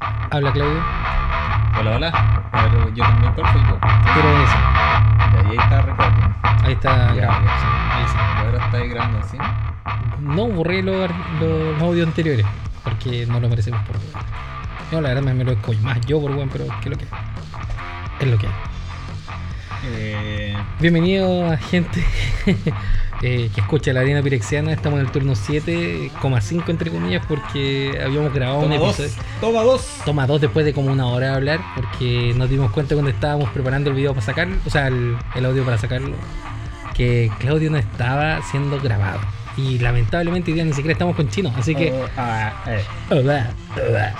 Habla Claudio. Hola, hola. A ver, yo también por Facebook. Quiero eso. Y ahí está recording. Ahí está. Ya, grabado. ya, sí. Ahí sí. Ahora está ahí grabando así. No borré los, ar- los- los audios anteriores, porque no lo merecemos por weón. No, la verdad me, me lo escojo más yo por weón, pero ¿qué es lo que hay? Es lo que hay. Eh, Bienvenido a gente eh, que escucha la arena pirexiana. Estamos en el turno 7,5 entre comillas, porque habíamos grabado toma un dos. episodio. Toma dos. Toma dos después de como una hora de hablar, porque nos dimos cuenta cuando estábamos preparando el video para sacarlo, o sea, el, el audio para sacarlo, que Claudio no estaba siendo grabado. Y lamentablemente hoy día ni siquiera estamos con chino, así que. Oh, ah, eh. Hola, hola.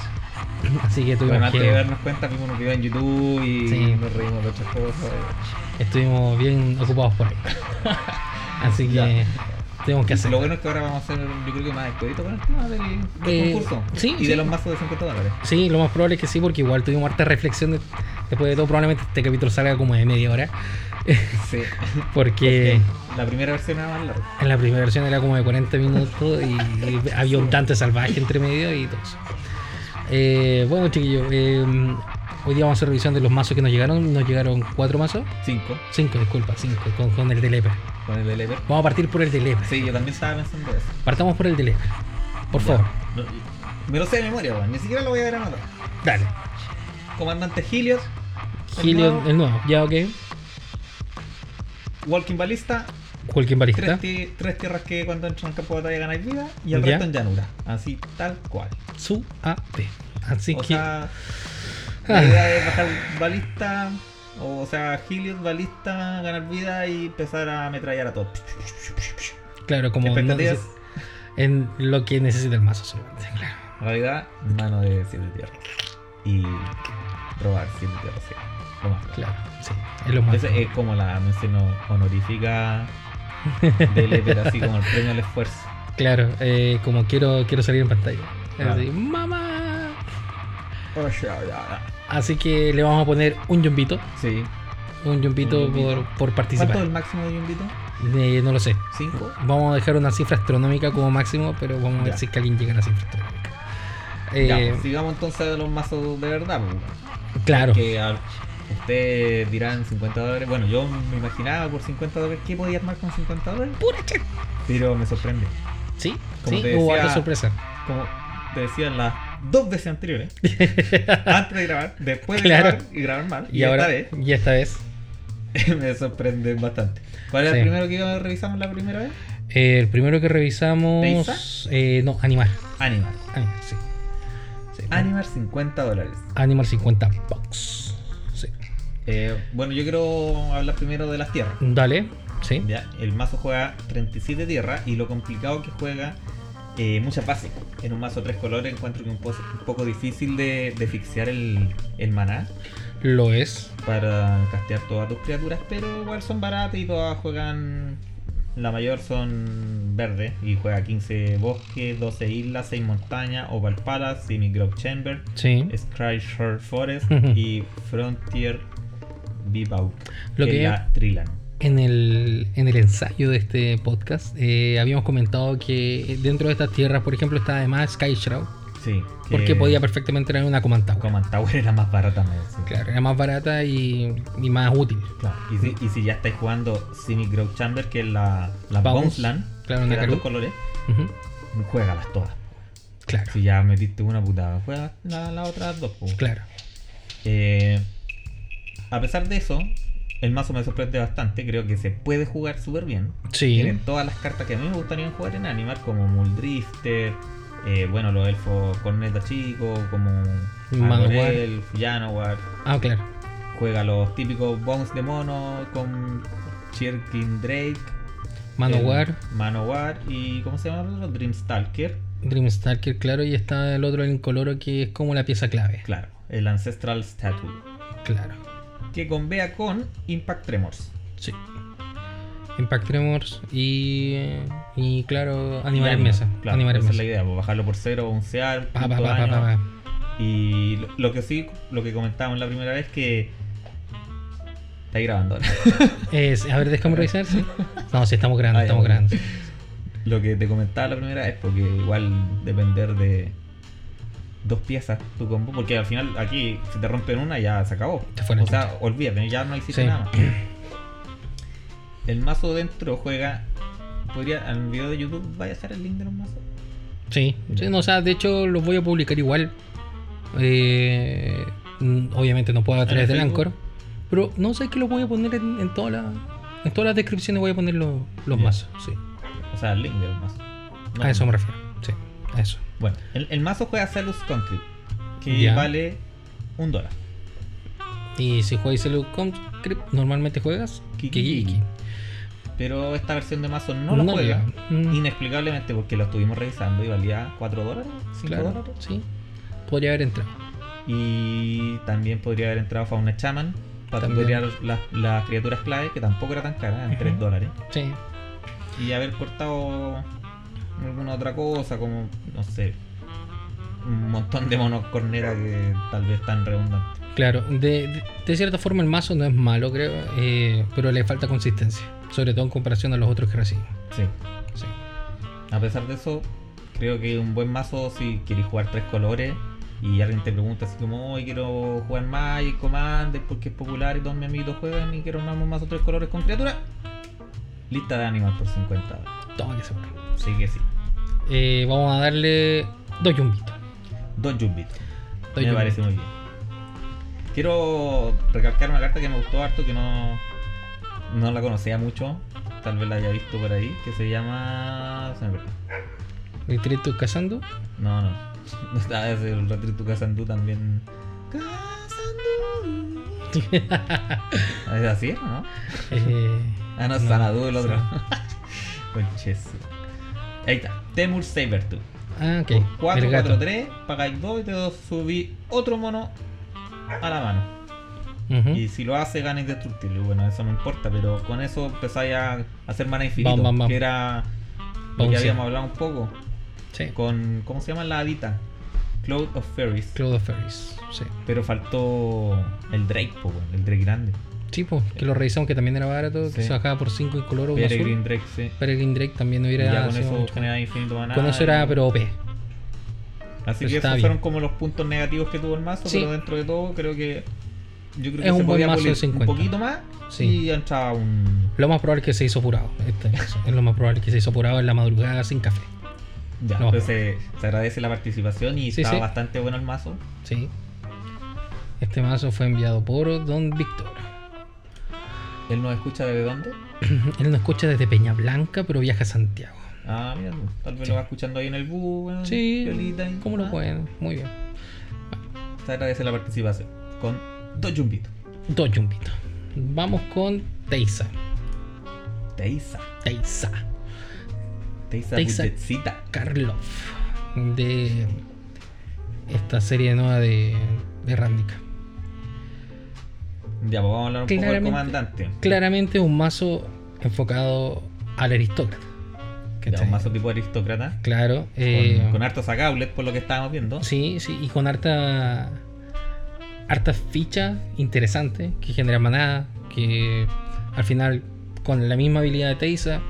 Así que Bueno, tuvimos antes de que. darnos cuenta, vimos unos videos en YouTube y Sí. nos reímos de otras cosas. Estuvimos bien ocupados por ahí. Así que. Tuvimos que hacer. Lo bueno es que ahora vamos a hacer, yo creo que más expedito con el tema del, del Eh, concurso. sí, Y sí. de los mazos de 50 dólares. Sí, lo más probable es que sí, porque igual tuvimos harta reflexión. de- después de todo, probablemente este capítulo salga como de media hora. Sí. Porque. La primera versión era más larga. En la primera versión era como de 40 minutos y, y había un Dante salvaje entre medio y todo eso. Eh, bueno, chiquillos, eh, hoy día vamos a hacer revisión de los mazos que nos llegaron. Nos llegaron cuatro mazos. 5. Cinco, disculpa, cinco, con, con el de Lepra. Con el Elever. Vamos a partir por el de Lepra. Sí, yo también estaba pensando eso. Partamos por el de Lepra. Por Ya. favor, No, me lo sé de memoria, weón. Ni siquiera lo voy a ver anotar. dale. Comandante Helios, El Helion, nuevo. el nuevo, ya ok. Walking Balista, Cualquier tres, barista. ti- tres tierras que cuando entran en campo de batalla ganáis vida y el Ya. resto en llanura. Así, tal cual. Su A P. Así o que. sea, la Ah. idea es bajar balista, o, o sea, Helios, balista, ganar vida y empezar a ametrallar a todos. claro, como Oh, no Expectativas, neces- en lo que necesita el mazo solamente, claro. en realidad, mano de 7 tierras. Y robar 7 tierras, sí. Lo más probable. Claro, sí. Es lo más. Esa es como la mención honorífica del Eper, así como el premio al esfuerzo. Claro, eh, como quiero, quiero salir en pantalla. Claro. Así, ¡Mamá! Oh, Así que le vamos a poner un yumbito. Sí. Un yumbito Un por, yumbito. por ¿Cuánto es participar. el máximo de Yumbito? Eh, no lo sé. ¿Cinco? Vamos a dejar una cifra astronómica como máximo, pero vamos a ver Ya. si es que alguien llega a la cifra astronómica. Ya, Eh, pues, sigamos entonces de los mazos de verdad. pues, bueno. claro, Que a- ustedes dirán 50 dólares. Bueno, yo me imaginaba por 50 dólares qué podía armar con 50 dólares. pura che. Pero me sorprende. Sí, Como sí, te hubo decía- harta sorpresa. Como te decía en las dos veces anteriores, antes de grabar, después de Claro. grabar y grabar mal. Y, ahora, esta y esta vez, vez me sorprende bastante. ¿Cuál era Sí. el primero que revisamos la primera vez? eh, el primero que revisamos. ¿Pizza? eh, no, Animal. Animal. Animal, sí. Sí, Animal 50 dólares. Animal 50 bucks. Sí. Eh, bueno, yo quiero hablar primero de las tierras. Dale, sí. Ya, el mazo juega 37 tierras y lo complicado que juega eh, muchas bases. En un mazo tres colores encuentro que un, po- un poco difícil de, de fixear el, el maná Lo es. para castear todas tus criaturas, pero igual son baratas y todas juegan... La mayor son verdes y juega 15 bosques, 12 islas, 6 montañas, Oval Palace, Semi-Grove Chamber, Sí. Sky Shore Forest Ujú. y Frontier Vivauk, Lo que, que- es la Trilan. En el, en el ensayo de este podcast eh, habíamos comentado que dentro de estas tierras, por ejemplo, está además Sky Shroud, Sí. porque podía perfectamente tener una Comantawa. Command Tower era más barata, me decía. Claro, era más barata y, y más útil. Claro. Y, si, y si ya estáis jugando Simic Grove Chamber, que es la, la Bounce. Bounce Land, Claro, que una eran Karu. dos colores, Ujú, juégalas todas. Claro, Si ya metiste una putada, juega la- las otras dos. po. claro. Eh, a pesar de eso, el mazo me sorprende bastante. Creo que se puede jugar súper bien. Sí, Tienen todas las cartas que a mí me gustaría jugar en Animal, como Muldrifter, eh, bueno, los elfos Corneta Chico, como Manowar. Agorel, Janowar. ah, claro. Juega los típicos Bones de Mono con Chirkin Drake, Eh. Manowar, el Manowar y ¿cómo se llama el otro? Dreamstalker. Dreamstalker, claro, y está el otro, el incoloro, que es como la pieza clave. Claro, el Ancestral Statue. Claro, Que convea con Impact Tremors. sí. Impact Tremors y, y claro, Animar en Y Mesa. Claro, Animar en esa es la Mesa. idea, pues, bajarlo por cero, oncear, Pa, pa, punto pa, pa, daño. pa, pa. Y lo, lo que sí, lo que comentábamos la primera vez que. Está ahí grabando ahora. Es- a ver, déjame revisar. sí. No, sí, estamos grandes, Ah, ya, estamos ok. grandes. Lo que te comentaba la primera vez, porque igual depender de, dos piezas tu combo, porque al final aquí si te rompen una ya se acabó. Te fue la o sea, olvídate, ya no hiciste Sí. nada más. El mazo dentro juega. Podría, en el video de YouTube vaya a ser el link de los mazos. Sí, sí, no, o sea, de hecho los voy a publicar igual. Eh, mm, obviamente no puedo a ¿En través el del Facebook? Anchor. Pero no sé que los voy a poner en, en todas las- en todas las descripciones voy a poner los, los Ya. mazos. Sí. O sea, el link de los mazos. No- A eso me refiero. Sí, a eso. Bueno, el, el mazo juega Salus Concrete, que Ya. vale un dólar. Y si juegas Salud Conscript, normalmente juegas Kikiki. Kikiki. Pero esta versión de mazo no lo No juega. llega. Mm. Inexplicablemente porque lo estuvimos revisando y valía 4 dólares, 5 Claro, dólares. sí. Podría haber entrado. Y también podría haber entrado Fauna Chaman para También. tutoriar las, las criaturas clave, que tampoco era tan cara, eran 3 Ujú. dólares. Sí. Y haber cortado alguna otra cosa, como, no sé, un montón de monos cornera que tal vez están redundantes. Claro, de, de- de cierta forma el mazo no es malo, creo, eh, pero le falta consistencia, sobre todo en comparación a los otros que reciben. Sí. Sí. A pesar de eso, creo que un buen mazo si quieres jugar tres colores y alguien te pregunta así como, hoy quiero jugar Magic, Commander, porque es popular y todos mis amiguitos juegan y quiero armar un mazo tres colores con criatura. Lista de animal por 50 dólares. Toma que se fue. Así que sí. Eh, vamos a darle dos yumbitos. Dos Jumbit. Dos Me yumbitos. parece muy bien. Quiero recalcar una carta que me gustó harto, que no, no la conocía mucho. Tal vez la haya visto por ahí, que se llama... se me perdió. Distrito cazando. No, no. No estaba ese el retrito Casandú también. Casandú. ¿Es así, o no? Eh, Ah, No, no, Sanadú el otro. sí. Conches. Ahí está. Temur Sabertooth. ah, ok. Por 4, el gato. 4, 3. Pagáis 2 y te do- subí otro mono a la mano. Ujú. Y si lo hace, gana indestructible. Bueno, eso no importa, pero con eso empezáis a hacer mana infinito. Bam, bam, bam. Que era lo que Bouncy. habíamos hablado un poco. Sí. Con, ¿cómo se llama la hadita? Cloud of Fairies. Cloud of Fairies. Sí. Pero faltó el Drake, po, weón, el Drake grande. Sí, pues, que lo revisamos que también era barato, que Sí. se bajaba por 5 y color o Peregrine azul. Drake, sí. Peregrine Drake también no Y hubiera ya con sido eso mucho. generaba infinito maná. Con eso era, y- pero OP. Así pero que está esos bien. fueron como los puntos negativos que tuvo el mazo, Sí. pero dentro de todo creo que. Yo creo que Es un se buen podía mazo de pulir un 50. poquito más Sí. y entraba un. Lo más probable es que se hizo apurado. Este caso. es lo más probable que se hizo apurado en la madrugada sin café. Ya, No. entonces eh, se agradece la participación y Sí, estaba sí. bastante bueno el mazo. Sí. Este mazo fue enviado por Don Víctor. Él nos escucha desde dónde? Él no escucha desde Peña Blanca, pero viaja a Santiago. Ah, mira, tal vez Sí. lo va escuchando ahí en el bus, weón, Sí, violita y- ¿cómo lo ah, pueden? Muy bien. Se agradece la participación con dos jumbitos. Dos yumbitos. Vamos con Teisa. Teisa. Teisa Teisa, Teisa. budgetcita. Karloff. De esta serie nueva de, de Ravnica. Ya, pues vamos a hablar un Claramente. poco del comandante. Claramente un mazo enfocado al aristócrata. Ya, ¿Cachai? un mazo tipo aristócrata. Claro. eh, Con, con hartos a Gauntlet, por lo que estábamos viendo. Sí, sí, y con harta harta ficha interesante que genera manada, que al final con la misma habilidad de Teisa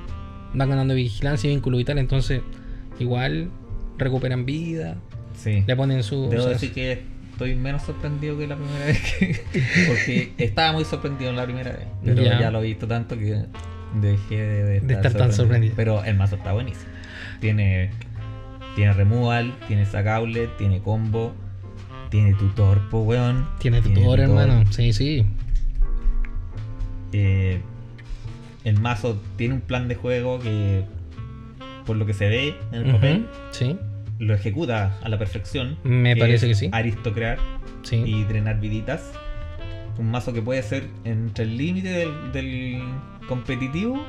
van ganando vigilancia y vínculo vital, entonces igual recuperan vida, Sí. le ponen su... Debo o sea, decir que estoy menos sorprendido que la primera vez que. Porque estaba muy sorprendido en la primera vez. Pero Ya. ya, lo he visto tanto que dejé de, De estar tan sorprendido. Pero el mazo está buenísimo. Tiene. Tiene removal, tiene sacaulet, tiene combo, tiene tutor, po weón. tiene tutor, hermano, sí, sí. Eh, el mazo tiene un plan de juego que, por lo que se ve en el Ujú, papel, Sí, lo ejecuta a la perfección. Me parece es que sí. Aristocrear sí. y drenar viditas. Un mazo que puede ser entre el límite del, del competitivo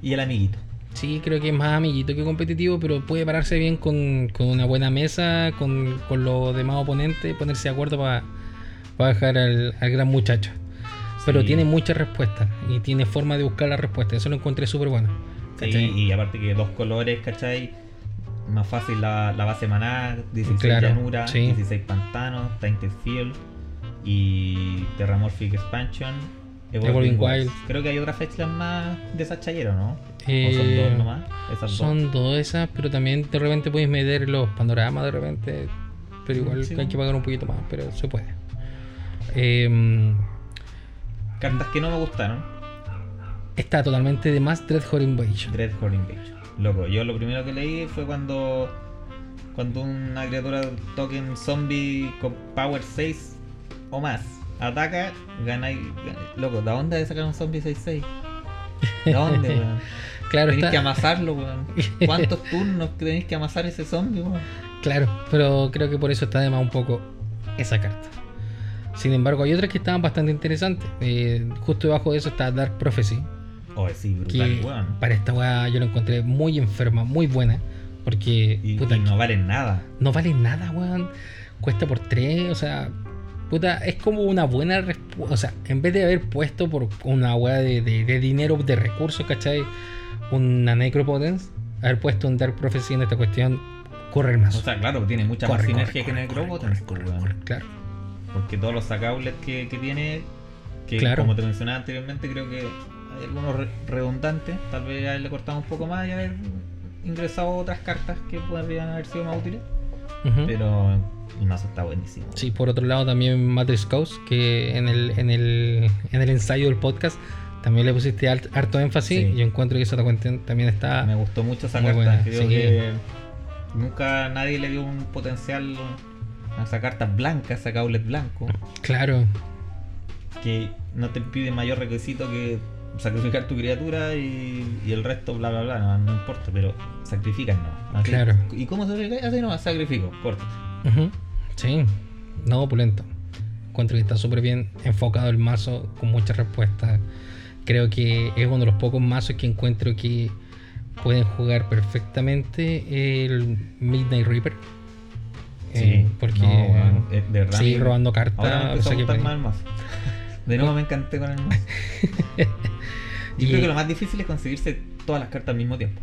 y el amiguito. Sí, creo que es más amiguito que competitivo, pero puede pararse bien con, con una buena mesa, con, con los demás oponentes, ponerse de acuerdo para bajar al, al gran muchacho. Pero Sí. tiene muchas respuestas y tiene forma de buscar la respuesta. Eso lo encontré súper bueno. Sí, ¿Cachai? Y aparte que dos colores, ¿cachai? Más fácil la, la base maná, 16 Claro, llanuras, sí. 16 pantanos, Tainted Field y Terramorphic Expansion. Evolving Wilds. Creo que hay otras fechas más de esas chayeras, ¿no? o son Eh, dos nomás. Esas dos. son dos esas, pero también de repente puedes meter los panoramas, de repente pero igual Sí. hay que pagar un poquito más, pero se puede. Em, Cartas que no me gustaron. está totalmente de más Dreadhorde Invasion. Dreadhorde Invasion. Loco, yo lo primero que leí fue cuando. Cuando una criatura token zombie con power 6 o más ataca, ganáis. ganáis- Loco, ¿de dónde de sacar un zombie 6-6? ¿De dónde, weón? Claro, Tenéis que está, amasarlo, weón. ¿Cuántos turnos tenéis que amasar ese zombie, weón? claro, pero creo que por eso está de más un poco esa carta. Sin embargo, hay otras que estaban bastante interesantes. Eh, justo debajo de eso está Dark Prophecy, Oh, sí, brutal, que weón. para esta weá yo la encontré muy enferma, muy buena, porque Y, puta, y no valen nada. no vale nada, weón. Cuesta por 3, o sea, puta, es como una buena respuesta. O sea, en vez de haber puesto por una weá de, de- de dinero, de recursos, ¿cachai? Una Necropotence, haber puesto un Dark Prophecy en esta cuestión, corre el O mazo. sea, claro, tiene mucha más Corre, corre, sinergia que en el corre, Grobo, corre, corre, corre, Claro. Porque todos los sacables que, que tiene, que Claro. como te mencionaba anteriormente, creo que hay algunos re- redundantes. Tal vez haberle cortado un poco más y haber ingresado otras cartas que podrían haber sido más útiles. Ujú. Pero el mazo está buenísimo. Sí, por otro lado también Matrix Coast, que en el, en el, en el ensayo del podcast también le pusiste hart- harto énfasis. Sí. Yo encuentro que esa cuestión también está... Me gustó mucho esa Muy carta. buena, Creo sí. que nunca nadie le dio un potencial a esa carta blanca, a esa gaulet blanco, Claro, que no te pide mayor requisito que sacrificar tu criatura y, y el resto, bla, bla, bla, no, no importa, pero sacrifican, ¿no? Así- Claro. ¿Y cómo sacrificas? Así no, sacrifico, corto. Ujú, Sí, no opulento. Encuentro que está súper bien enfocado el mazo con muchas respuestas. Creo que es uno de los pocos mazos que encuentro que pueden jugar perfectamente el Midnight Reaper. Eh, porque no, weón, eh, de verdad. sigue me- robando Ahora me cartas. o empezó sea a que- gustar más el mazo. De nuevo me encanté con el mazo. Yo Y- creo que lo más difícil es conseguirse todas las cartas al mismo tiempo.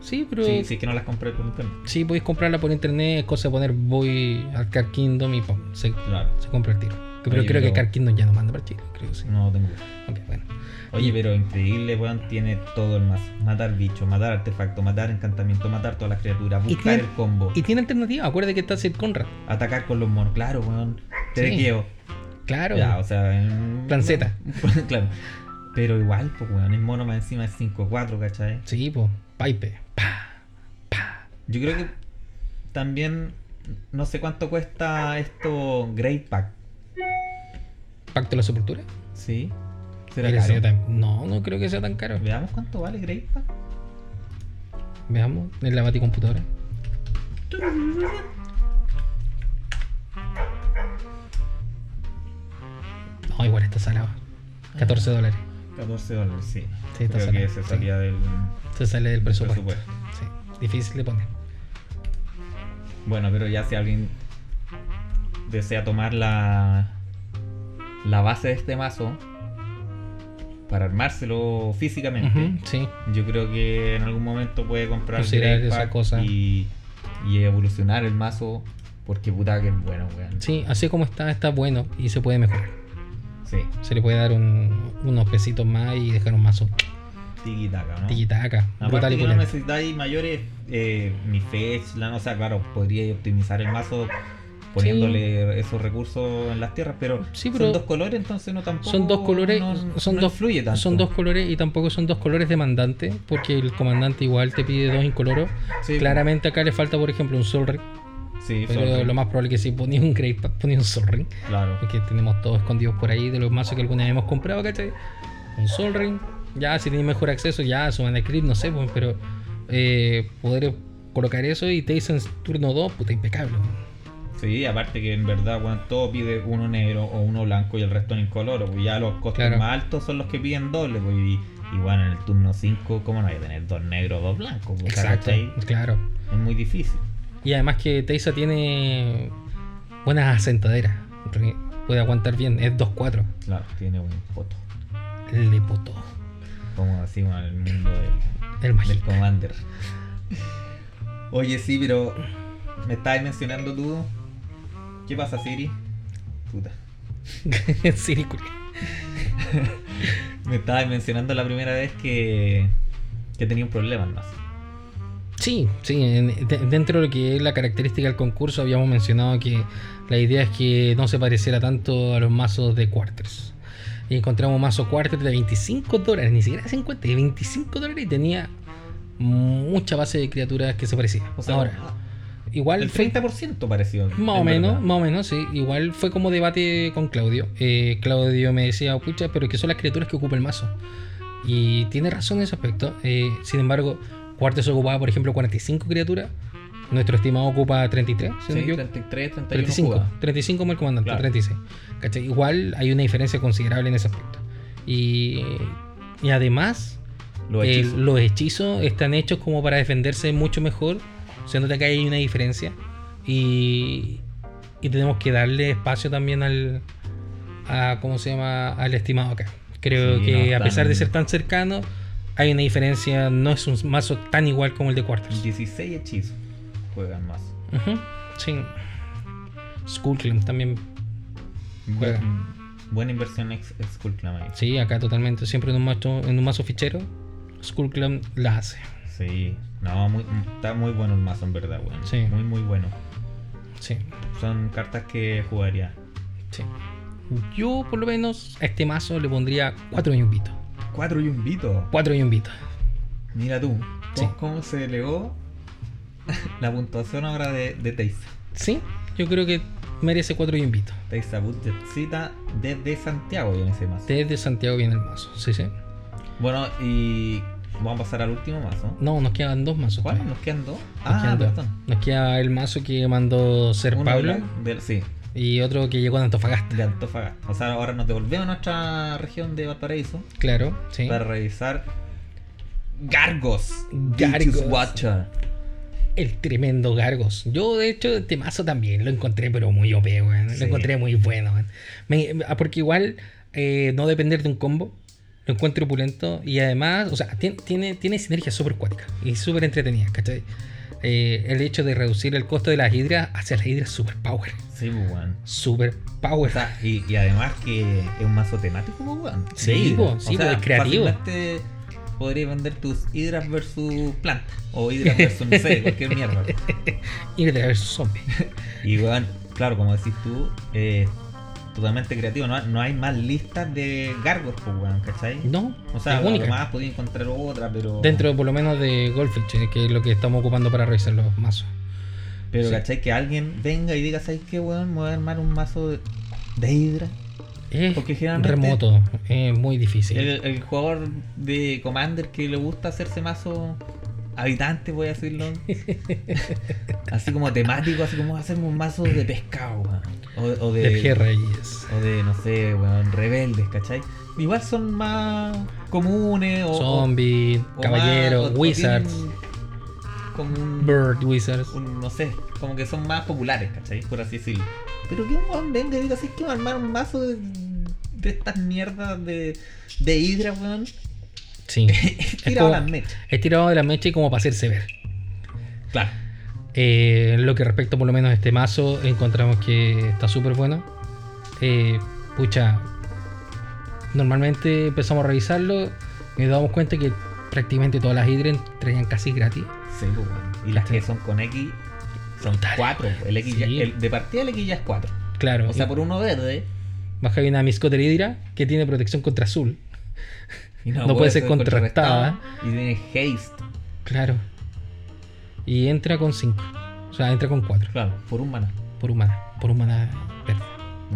sí, pero Sí, si es que no las compré por internet. si podéis comprarla por internet, es cosa de poner voy al Car Kingdom y pum, se, Claro. se compra el tiro. Pero Oye, creo que pero- Car Kingdom ya no manda para Chile, creo que sí. No tengo. Ok, bueno. Oye, pero increíble, weón, tiene todo el mazo. Matar bicho, matar artefacto, matar encantamiento, matar todas las criaturas, Y buscar tiene- el combo, Y tiene alternativa, acuérdate que está Sir Conrad. atacar con los monos, claro, weón. Te Sí. quiero. Claro. Ya, o sea, en... Plan Z. claro. Pero igual, pues weón, el mono más encima es 5-4, ¿cachai? Sí, pues, Pipe. Pa. Yo creo que también no sé cuánto cuesta esto Great Pack, Pacto de la Sepultura. ¿sí? ¿Será Mira, caro? sea tan- No, no creo que sea tan caro. Veamos cuánto vale Great Pack. Veamos, en la baticomputadora. No, igual está salado. 14 dólares. 14 dólares, sí. Sí, está creo salado, que se sí. salía del... Se sale del presupuesto. presupuesto. Sí, difícil de poner. Bueno, pero ya si alguien desea tomar la, la base de este mazo para armárselo físicamente, Ujú, sí, yo creo que en algún momento puede comprar Considerar Great esa Pack cosa. Y, y evolucionar el mazo porque puta que es bueno, weón. sí, así como está, está bueno y se puede mejorar. Sí, Se le puede dar un- unos pesitos más y dejar un mazo tiki-taka, ¿no? tiki-taka, brutal Aparte y que no pulento. necesitáis mayores eh, mi fetch, la no o sea, claro, podría optimizar el mazo poniéndole esos recursos en las tierras, pero, Sí, pero- son dos colores, entonces no tampoco Son dos colores, no- son no dos influye tanto. Son dos colores y tampoco son dos colores demandantes, porque el comandante igual te pide dos incoloros. Sí, Claramente acá le falta, por ejemplo, un Sol Ring, Sí, pero son- lo más probable que si ponía un Great Pack, ponía un Sol Ring, claro. que tenemos todos escondidos por ahí de los mazos que alguna vez hemos comprado, ¿cachai? Un Sol Ring, ya si tienes mejor acceso, ya suban script, no sé, pues, pero eh, poder colocar eso y te dicen turno 2, puta impecable. Sí, aparte que en verdad, weón, todo pide uno negro o uno blanco y el resto en incoloro, pues ya los costes Claro. más altos son los que piden doble, pues y, y bueno, en el turno 5, ¿cómo no hay que tener dos negros, dos blancos? Pues, ¿cachai? claro. Es muy difícil. Y además que Teisa tiene buenas asentaderas. re- Puede aguantar bien. Es 2-4. Claro, tiene un foto. Le potó. Como decimos en el mundo del El del mágico. Commander. Oye, sí, pero me estabas mencionando tú. ¿Qué pasa, Siri? Puta. Sí, culiao. Me estabas mencionando la primera vez que, que tenía un problema el mazo. Sí, sí, en- de- dentro de lo que es la característica del concurso habíamos mencionado que la idea es que no se pareciera tanto a los mazos de quarters. Y encontramos un mazo quarter de 25 dólares, ni siquiera 50, de 25 dólares y tenía mucha base de criaturas que se parecían. O sea, Ahora, igual el fue- 30% pareció. más o en menos, verdad. más o menos, sí. Igual fue como debate con Claudio. Eh, Claudio me decía, pucha, pero que son las criaturas que ocupa el mazo. Y tiene razón en ese aspecto. Eh, sin embargo, Cuartos ocupaba, por ejemplo, 45 criaturas. Nuestro estimado ocupa 33, si no me Sí, equivoco. 33, 31 35. jugadas. 35 como el comandante, Claro. 36. ¿Cachai? Igual hay una diferencia considerable en ese aspecto. Y, y además, Los el- hechizos. Eh, los hechizos están hechos como para defenderse mucho mejor. Se nota que hay una diferencia. Y, y tenemos que darle espacio también al. A, ¿Cómo se llama? Al estimado acá. Creo Sí, que no, a pesar tan- de ser tan cercano, hay una diferencia. No es un mazo tan igual como el de cuartos. 16 hechizos juegan más. Ujú, Sí. Skullclamp también. Juega. Bu- Buena inversión ex, Skullclam ahí. Sí, acá totalmente. Siempre en un mazo, en un mazo fichero, Skullclamp la hace. Sí, no, muy, está muy bueno el mazo en verdad, weón. Sí. Muy, muy bueno. Sí. Son cartas que jugaría. Sí. Mm. Yo, por lo menos, a este mazo le pondría 4 yumbitos. 4 y un vito. 4 yumbitos. Mira tú, ¿cómo, Sí. cómo se elevó la puntuación ahora de, de Teisa? Sí, yo creo que merece 4 yumbitos. Teisa Budgetcita desde Santiago en ese mazo. Desde Santiago viene el mazo. Sí, sí. Bueno, y vamos a pasar al último mazo. No, nos quedan dos mazos. ¿Cuál? todavía. ¿Nos quedan dos? Nos, Ah, quedan dos. perdón. Nos queda el mazo que mandó Ser Uno Pablo de la- del- sí, y otro que llegó de Antofagasta. de Antofagasta. O sea, ahora nos devolvemos a nuestra región de Valparaíso Claro, sí. para revisar Gargos. Gargos. Vicious Watcher. El tremendo Gargos. Yo, de hecho, este mazo también lo encontré, pero muy OP, weón. Sí. Lo encontré muy bueno, weón. Me- me- ah, porque igual, eh, no depender de un combo, lo encuentro opulento. Y además, o sea, tien- tiene, tiene sinergia súper cuática y súper entretenida, ¿cachai? Eh, el hecho de reducir el costo de las hidras hace a las hidras super power. Sí, pues, weón. Super power. O sea, y, y además que es un mazo temático, pues, weón. Sí, De hidra. po, sí, po, es creativo. fácilmente Podrías vender tus hidras versus planta. O hidras versus, no sé, cualquier mierda. Ir de versus zombie. Y weón, claro, como decís tú, eh, totalmente creativo. No, no hay más listas de gargos, pues weón, ¿cachai? No, O sea, es única. además podía encontrar otra, pero. Dentro, por lo menos, de Goldfish, eh, que es lo que estamos ocupando para revisar los mazos. Pero, sí. ¿cachai? Que alguien venga y diga, ¿sabes qué, weón? Me voy a armar un mazo de, de hidra. Es Porque generalmente- remoto, es muy difícil. El, el jugador de Commander que le gusta hacerse mazo habitante, voy a decirlo. así como temático, así como hacerme un mazo de pescado, weón. O, o de. de Pierre Reyes. O de, no sé, weón, rebeldes, ¿cachai? Igual son más comunes o... Zombie, o- o Caballero, más- o- o Wizards, tienen Como un, Bird Wizards. un- No sé, como que son más populares, ¿cachai? Por así decirlo. Pero que un weón venga y diga, así que vamos a armar un mazo de, de estas mierdas de, de Hydra, weón. Sí. es, Tira como- las mechas. es tirado de la mecha y como para hacerse ver. Claro. Eh, en lo que respecta por lo menos a este mazo, encontramos que está súper bueno. Eh, pucha, normalmente empezamos a revisarlo y nos damos cuenta que prácticamente todas las hidren traían casi gratis. Sí, pues, weón. Y las que son con X son Brutal. cuatro. pues, El X ya- Sí. el- de partida el X ya es cuatro. Claro, O sea, por uno verde. baja bien a Miscoter Hydra que tiene protección contra azul. y No puede ser contrarrestada. Y tiene haste. Claro. Y entra con 5. O sea, entra con 4. Claro, por un maná. Por humana. Por humana verde.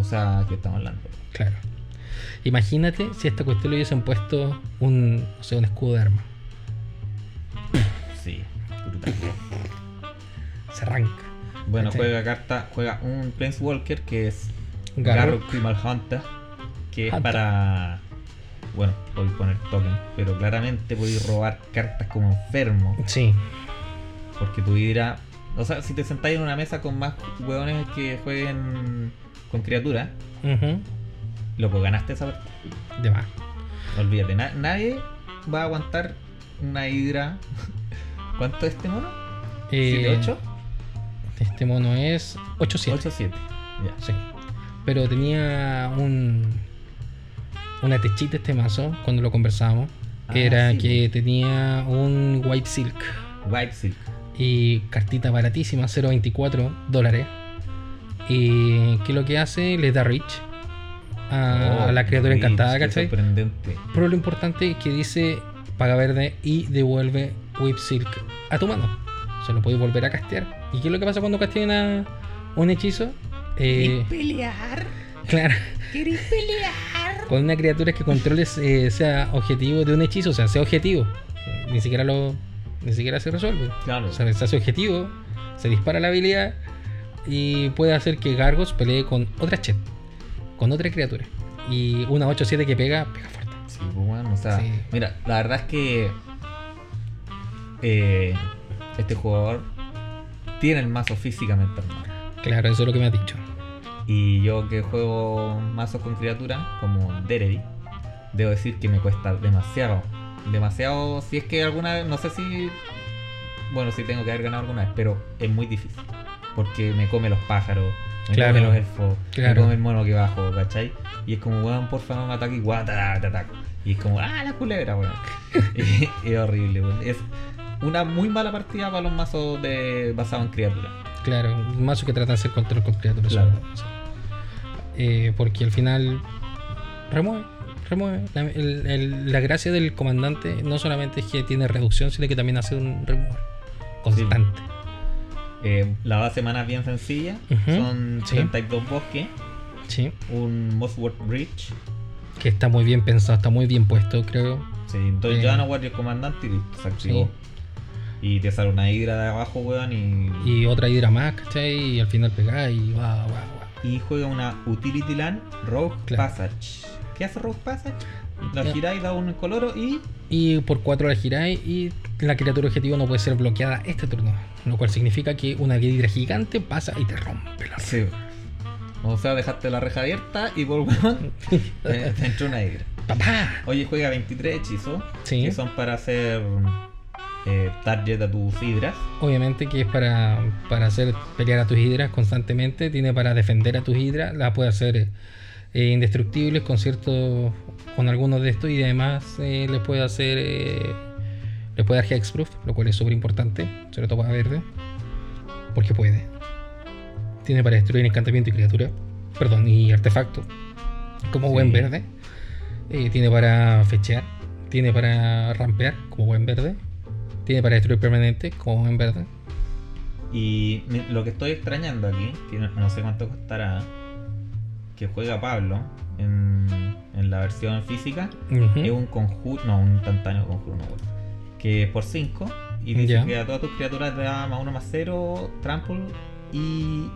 O sea, que estamos hablando. Claro. Imagínate si a esta cuestión le hubiesen puesto un, no sé, un escudo de arma. Sí, brutal. Se arranca. Bueno, Este. juega carta, juega un Planeswalker que es Garro. Garro Primal Hunter, que es Hunter. para. Bueno, podéis poner token, pero claramente podéis robar cartas como enfermo, Sí, porque tu hidra. O sea, si te sentáis en una mesa con más hueones que jueguen con criaturas, Ujú. loco, ganaste esa partida. de más. Olvídate, na- nadie va a aguantar una hidra. ¿Cuánto es este mono? Eh, ¿7-8? Este mono es 8-7. 8-7. Ya. Sí. Pero tenía un. Una techita este mazo cuando lo conversábamos. Que Ah, era sí, que tenía un white silk. White Silk. Y cartita baratísima, 0.24 dólares. Y que lo que hace le da Rich a, Oh, a Ah, la criatura Rich, encantada, qué ¿cachai? Sorprendente. Pero lo importante es que dice paga verde y devuelve Whip Silk a tu mano. Se lo podéis volver a castear. ¿Y qué es lo que pasa cuando castean a un hechizo? Eh, pelear? claro, ¿Queréis pelear? con una criatura que controles eh, sea objetivo de un hechizo, o sea, sea objetivo. Ni siquiera lo. Ni siquiera se resuelve. Claro. O sea, se hace objetivo, se dispara la habilidad y puede hacer que Gargos pelee con otra chet, con otra criatura. Y una 8-7 que pega, pega fuerte. Sí, pues, bueno, o sea, Sí. mira, la verdad es que eh, este jugador tiene el mazo físicamente armado. Claro, eso es lo que me ha dicho. Y yo que juego mazos con criaturas como Deredy, debo decir que me cuesta demasiado. Demasiado, si es que alguna vez, no sé si, bueno, si tengo que haber ganado alguna vez, pero es muy difícil. Porque me come los pájaros, me Claro. come los elfos, Claro. me come el mono que bajo, ¿cachai? Y es como, weón, porfa, no me ataque y guau, ta, ta, ta, ta. Y es como, ah, la culebra, weón. Y es horrible, weón. Es una muy mala partida para los mazos de, basados en criaturas. Claro, un mazo que trata de hacer control con criaturas. Claro. solamente, sí. Eh, porque al final remueve, remueve. La, el- el- la gracia del comandante no solamente es que tiene reducción, sino que también hace un remover constante. Eh, la base mana es bien sencilla. Ujú, Son sí. 32 bosques, Sí. un Mossworth Bridge, Que está muy bien pensado, está muy bien puesto, creo. sí, dos Eh. Janowar y el comandante y listo, se activó. Sí. Y te sale una hidra de abajo, weón, y, Y otra hidra más, ¿cachai? Y al final pegá y va, va, va. y juega una Utility Land Rogue Claro. Passage. ¿Qué hace Rogue Passage? La Ya. giráis, da un coloro y Y por 4 la giráis y la criatura objetivo no puede ser bloqueada este turno. Lo cual significa que una hidra gigante pasa y te rompe la Sí. O sea, dejaste la reja abierta y por weón te, te entró una hidra. ¡Papá! Oye, juega 23 hechizos, Sí. que son para hacer eh, target a tus hidras. Obviamente que es para, para hacer pelear a tus hidras constantemente, tiene para defender a tus hidras, las puede hacer eh, indestructibles con ciertos con algunos de estos y además eh, les puede hacer eh, les puede dar hexproof, lo cual es súper importante, sobre todo para verde, porque puede. Tiene para destruir encantamiento y criatura, perdón, y artefacto, como Sí. buen verde. Eh, tiene para fechear, tiene para rampear, como buen verde. Tiene para destruir permanente, como en verde. Y me- lo que estoy extrañando aquí, que no, no sé cuánto costará, que juega Pablo en, en la versión física, Ujú. es un conjuro, no, un instantáneo conjuro, no, bueno, que es por 5 y dice Ya. que a todas tus criaturas te da más 1 más 0, trample y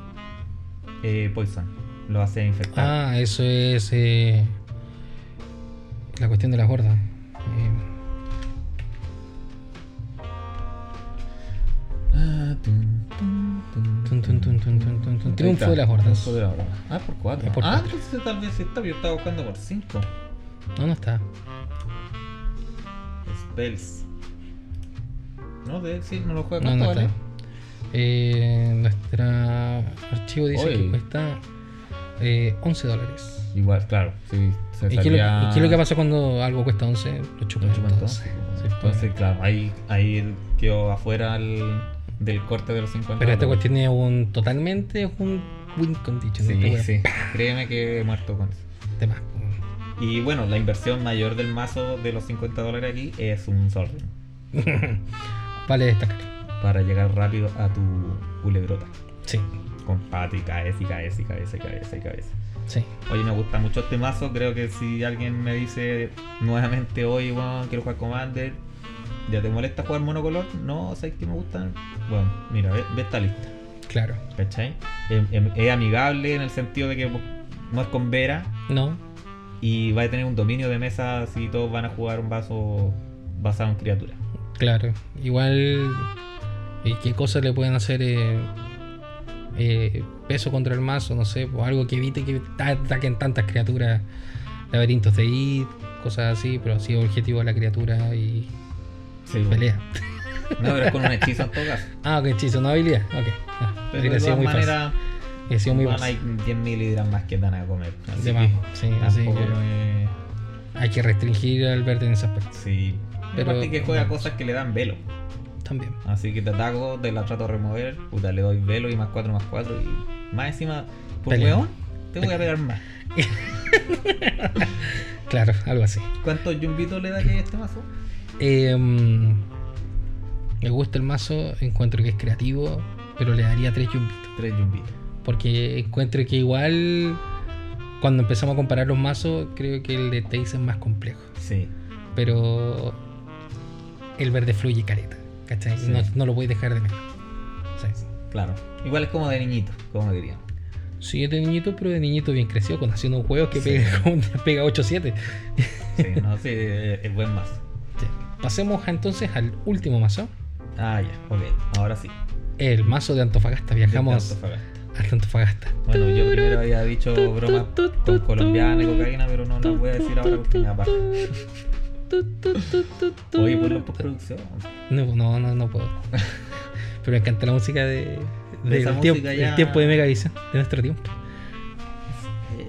eh, poison. Lo hace infectar. Ah, eso es eh, la cuestión de las gordas. Eh, Tun, tun, tun, tun, tun, tun, tun, tun, tun, tun. Ahí Triunfo está, de las gordas. Triunfo de las gordas. Ah, por 4. Es por Ah, cuatro. entonces tal vez sí está, yo estaba buscando por 5. No, no está. Spells. No, de sí, no lo juega No, no está. Eh, nuestra archivo dice Oye. que cuesta eh, 11 dólares. Igual, claro, sí. Se ¿Y qué, es lo, y qué es lo que pasa cuando algo cuesta 11? Lo chupan entonces, entonces. Sí, pues. entonces, claro, ahí, ahí quedó afuera el- del corte de los 50. Pero esta dólares. cuestión es un totalmente es un win condition. esta Sí, wea. sí. Créeme que he muerto con eso. Te pues. vas. Y bueno, la inversión mayor del mazo de los 50 dólares aquí es un Sol Ring, Vale destacar. Para llegar rápido a tu culebrota. Sí, Con pata y cabeza y cabeza y cabeza y cabeza y cabeza. sí. Oye, me gusta mucho este mazo. Creo que si alguien me dice nuevamente hoy, bueno, quiero jugar Commander, ¿ya te molesta jugar monocolor? No, ¿sabes que me gustan? Bueno, mira, ve, ve esta lista, Claro. ¿cachai? Em- em- Es, amigable en el sentido de que no es con Vera No, y va a tener un dominio de mesa si todos van a jugar un vaso basado en criatura. claro. Igual, eh, ¿qué cosas le pueden hacer eh, eh, peso contra el mazo? No sé, pues algo que evite que ta- ataquen tantas criaturas, laberintos de id, cosas así, pero así objetivo a la criatura y Sí, pelea. No, pero es con un hechizo en todo caso. Ah, ok, hechizo, no habilidad. Ok. Ah, Pero hubiera de sido todas muy fácil. maneras, Hubiera sido muy van a fácil. ir 10.000 libras más que dan a comer. Así De más. que Sí, así tampoco que no es- hay que restringir al verde en ese aspecto. Sí. Pero- Pero aparte que juega cosas que le dan velo. también. Así que te ataco, te la trato de remover, puta, le doy velo y más 4 más 4 y más encima, por Pelea. weón, te voy a pegar más. Claro, algo así. ¿Cuántos yumbitos le da que este mazo? Eh, me gusta el mazo, encuentro que es creativo, pero le daría tres yumbitos. 3 yumbitos. Porque encuentro que igual, cuando empezamos a comparar los mazos, creo que el de Teis es más complejo. Sí. Pero el verde fluye careta, ¿cachai? Sí. No, no lo voy a dejar de menos. Sí. Claro. Igual es como de niñito, como dirían. Sí, es de niñito, pero de niñito bien crecido, con haciendo un juego que Sí. pega, como te pega 8-7. Sí, no, sí, eh, es es buen mazo. Sí. Pasemos entonces al último mazo, Ah, ya, ok. Ahora sí. el mazo de Antofagasta. Viajamos Desde Antofagasta. hasta Antofagasta. Bueno, yo primero había dicho bromas con colombiana y cocaína, pero no las voy a decir ahora porque me da paja. Oye, por la postproducción. No, no, no, no puedo. Pero me encanta la música de, De del esa tiempo, música ya- el tiempo de Megavisión, de nuestro tiempo.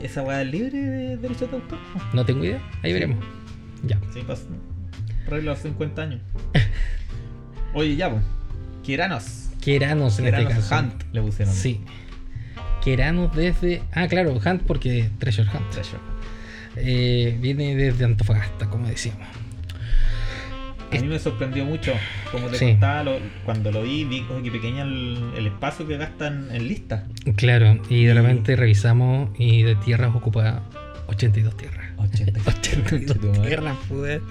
Eh, ¿Esa weá es libre de derechos de autor? No tengo idea, ahí veremos. Ya. Sí, pasa. Regla a los 50 años. Oye, ya, pues. Keranos. Queranos en este Keranos caso. Hunt le pusieron. Sí. Queranos desde. Ah, claro, Hunt porque Treasure Hunt. Treasure. Eh, viene desde Antofagasta, como decíamos. A mí me sorprendió mucho. Como te Sí. contaba, lo- cuando lo vi, vi oye, que pequeño el, el espacio que gastan en listas. Claro, y de repente revisamos y de tierras ocupa 82 tierras. 82 tierras, pues.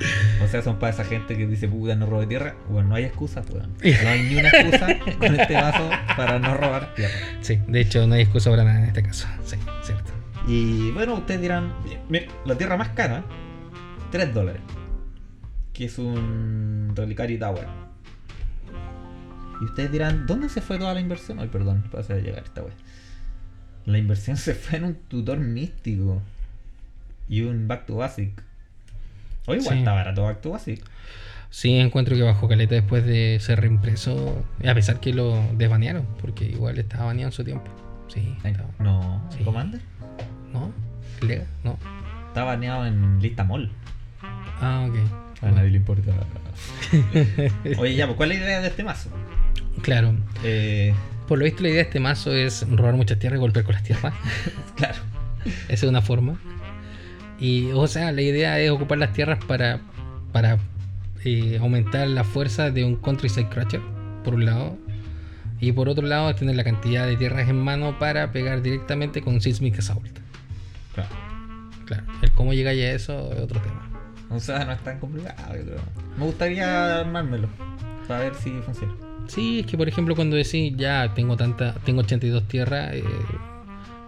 O sea, son para esa gente que dice, puta, no robe tierra. Bueno, no hay excusa, pues, weón. No hay ni una excusa con este vaso para no robar tierra. Sí, de hecho no hay excusa para nada en este caso. Sí, cierto. Y bueno, ustedes dirán, "Mira, la tierra más cara, 3 dólares. Que es un Relicario Tower. Y ustedes dirán, ¿dónde se fue toda la inversión? Ay, perdón, pasa a llegar esta wea. La inversión se fue en un tutor místico. Y un Back to Basic. Oye, igual Sí. está barato Back to Basic. Sí, encuentro que bajó caleta después de ser reimpreso, a pesar que lo desbanearon, porque igual estaba baneado en su tiempo. Sí, Ay, estaba. No, Sí. Commander. ¿No? ¿Lega? No. Está baneado en lista mol. Ah, ok. le importa. Oye, ya, pues, ¿cuál es la idea de este mazo? Claro. Eh, Por lo visto la idea de este mazo es robar muchas tierras y golpear con las tierras. claro. Esa es una forma. Y, o sea, la idea es ocupar las tierras para, para eh, aumentar la fuerza de un Countryside Crusher, por un lado. Y por otro lado, es tener la cantidad de tierras en mano para pegar directamente con Seismic Assault. claro. Claro, el cómo llega a eso es otro tema. O sea, no es tan complicado, yo creo. Me gustaría armármelo. Para ver si funciona. Sí, es que por ejemplo, cuando decís ya tengo tanta, tengo 82 tierras, eh,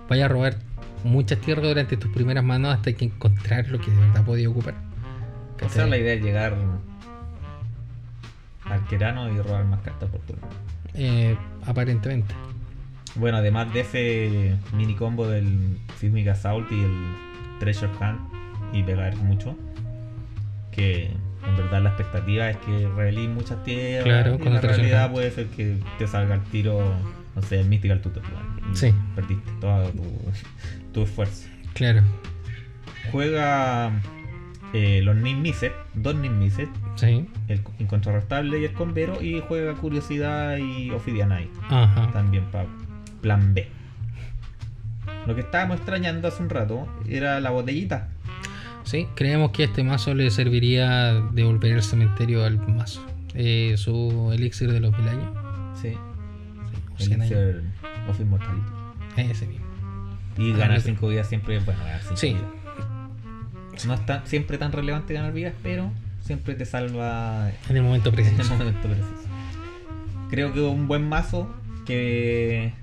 vaya a robar muchas tierras durante tus primeras manos hasta que encontrar lo que de verdad podía ocupar. O sea, la idea es llegar al Querano y robar más cartas por turno. Eh, aparentemente. Bueno, además de ese mini combo del Sismic Assault y el Treasure Hunt y pegar mucho, que en verdad la expectativa es que revelís muchas tierras. Claro, y con en la el Treasure realidad Hunt. puede ser que te salga el tiro, no sé, el Mystical Tutor. y Sí. Perdiste todo tu, tu esfuerzo. Claro, Juega eh, los Nim Mises, dos Nim Mises, sí. el incontrarrestable y el convero, y juega Curiosidad y Ophidianite Ajá. también para plan B. Lo que estábamos extrañando hace un rato era la botellita. Sí, creemos que este mazo le serviría de volver el cementerio al mazo. Eh, su elixir de los mil años. Sí. sí, o cien años. Elixir of Immortality. Ese mismo. Y Ah, ganar sí. 5 vidas siempre es bueno, ganar 5 Sí. vidas. No es tan- siempre tan relevante ganar vidas, pero siempre te salva En el momento en el preciso. momento preciso. Creo que un buen mazo que.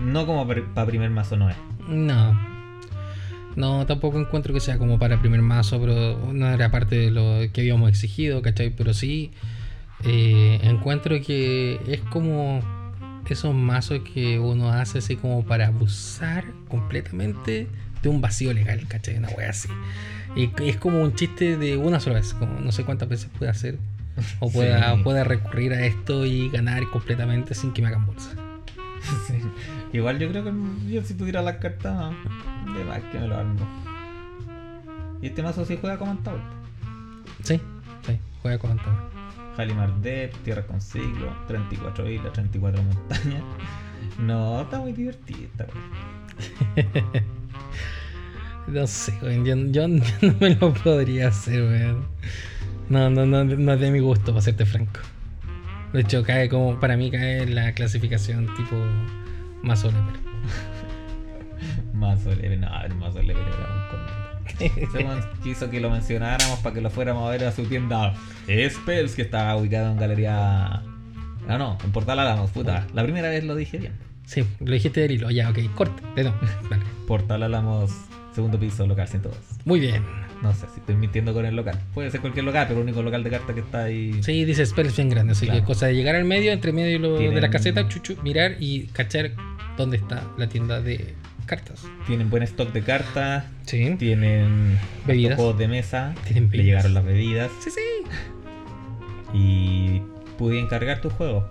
No como para primer mazo no es. No. No, tampoco encuentro que sea como para primer mazo, pero no era parte de lo que habíamos exigido, ¿cachai? Pero sí, eh, encuentro que es como esos mazos que uno hace así como para abusar completamente de un vacío legal, ¿cachai? Una wea así. Y c- es como un chiste de una sola vez, como no sé cuántas veces pueda hacer, o Sí. pueda, pueda recurrir a esto y ganar completamente sin que me hagan bolsa. Igual yo creo que yo si tuviera las cartas de más que me lo armo. Y este mazo sí juega como en tabla. Sí, sí, juega con todo. Halimar Depp, Tierra con Siglo, 34 islas, 34 montañas. No, está muy divertido esta wea. No sé, weón. Yo, yo- yo no me lo podría hacer, weón. No, no, no, no es de mi gusto, para serte franco. De hecho, cae como. Para mí cae en la clasificación tipo. Más pero. Más leve, no, el más leve era un corneta. Ese weón quiso que lo mencionáramos para que lo fuéramos a ver a su tienda Spells, que está ubicada en Galería. Ah, no, en Portal Álamos, puta. La primera vez lo dije bien. Sí, lo dijiste del hilo, ya, ok, corte, de nuevo. Vale. Portal Álamos, segundo piso, local 102. Muy bien. No sé si estoy mintiendo con el local. Puede ser cualquier local, pero el único local de cartas que está ahí. Sí, dice Spells bien grande, así Claro. que cosa de llegar al medio, entre medio y lo de la Tienen- caseta, chuchu, mirar y cachar dónde está la tienda de cartas. Tienen buen stock de cartas, Sí. tienen Bebidas. juegos de mesa, Tienen le bebidas. llegaron las bebidas Sí, sí. y pude encargar tus juegos.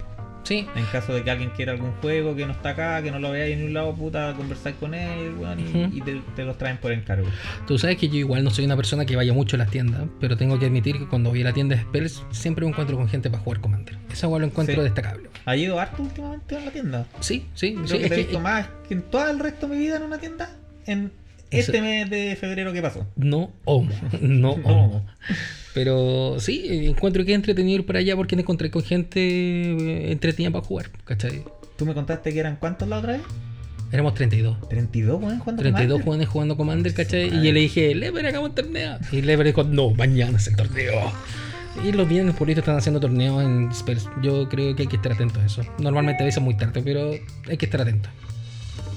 Sí. En caso de que alguien quiera algún juego que no está acá, que no lo veáis en un lado, puta, conversar con él, weón, y, Ujú. y te, te los traen por encargo. Tú sabes que yo igual no soy una persona que vaya mucho a las tiendas, pero tengo que admitir que cuando voy a la tienda de Spells siempre me encuentro con gente para jugar Commander. Esa igual lo encuentro Sí. destacable. ¿Ha ido harto últimamente a la tienda? Sí, sí, Creo sí. que es te he que- visto más que en todo el resto de mi vida en una tienda en Eso- Oh, este mes de febrero que pasó. No homo, no No. homo. Pero sí, eh, encuentro que es entretenido ir para allá porque me encontré con gente eh, entretenida para jugar, ¿cachai? ¿Tú me contaste que eran cuántos la otra vez? Éramos 32. 32, weón, ¿cuántos 32 más? jóvenes jugando Commander, ¿cachai? Madre. Y yo le dije, Lever, hagamos torneo. Y Lever dijo, no, mañana es el torneo. Y los bienes políticos están haciendo torneos en Spells. Yo creo que hay que estar atento a eso. Normalmente avisan muy tarde, pero hay que estar atento.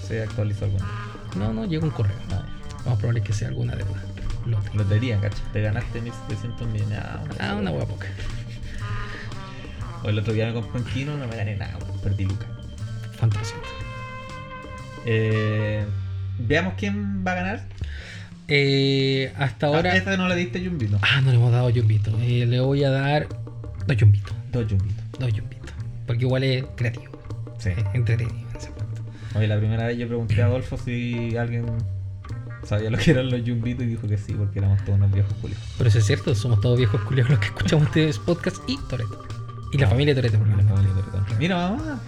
Se actualizó alguno. No, no, llega un correo. Ah, Vamos a probar que sea alguna deuda. Lote. Lotería, cacho. Te ganaste 1700 millones. Ah, una- Ah, una hueá poca. O el otro día me compré un chino, no me gané nada, weón, perdí lucas. Fantástico. Eh, veamos quién va a ganar. Eh, hasta Ahora. ahora... Ah, Esta no la diste Jumbito. Ah, no le hemos dado yumbito. Eh, le voy a dar dos yumbitos. Dos Jumbitos. Dos yumbitos. Porque igual es creativo. Sí. es entretenido en esa parte. Oye, la primera vez yo pregunté a Adolfo si alguien sabía lo que eran los Jumbitos y dijo que sí, porque éramos todos unos viejos culios. Pero eso es cierto, somos todos viejos culiados los que escuchamos este podcast y Toreto. Y la familia Toreto, por lo menos. Mira, mamá.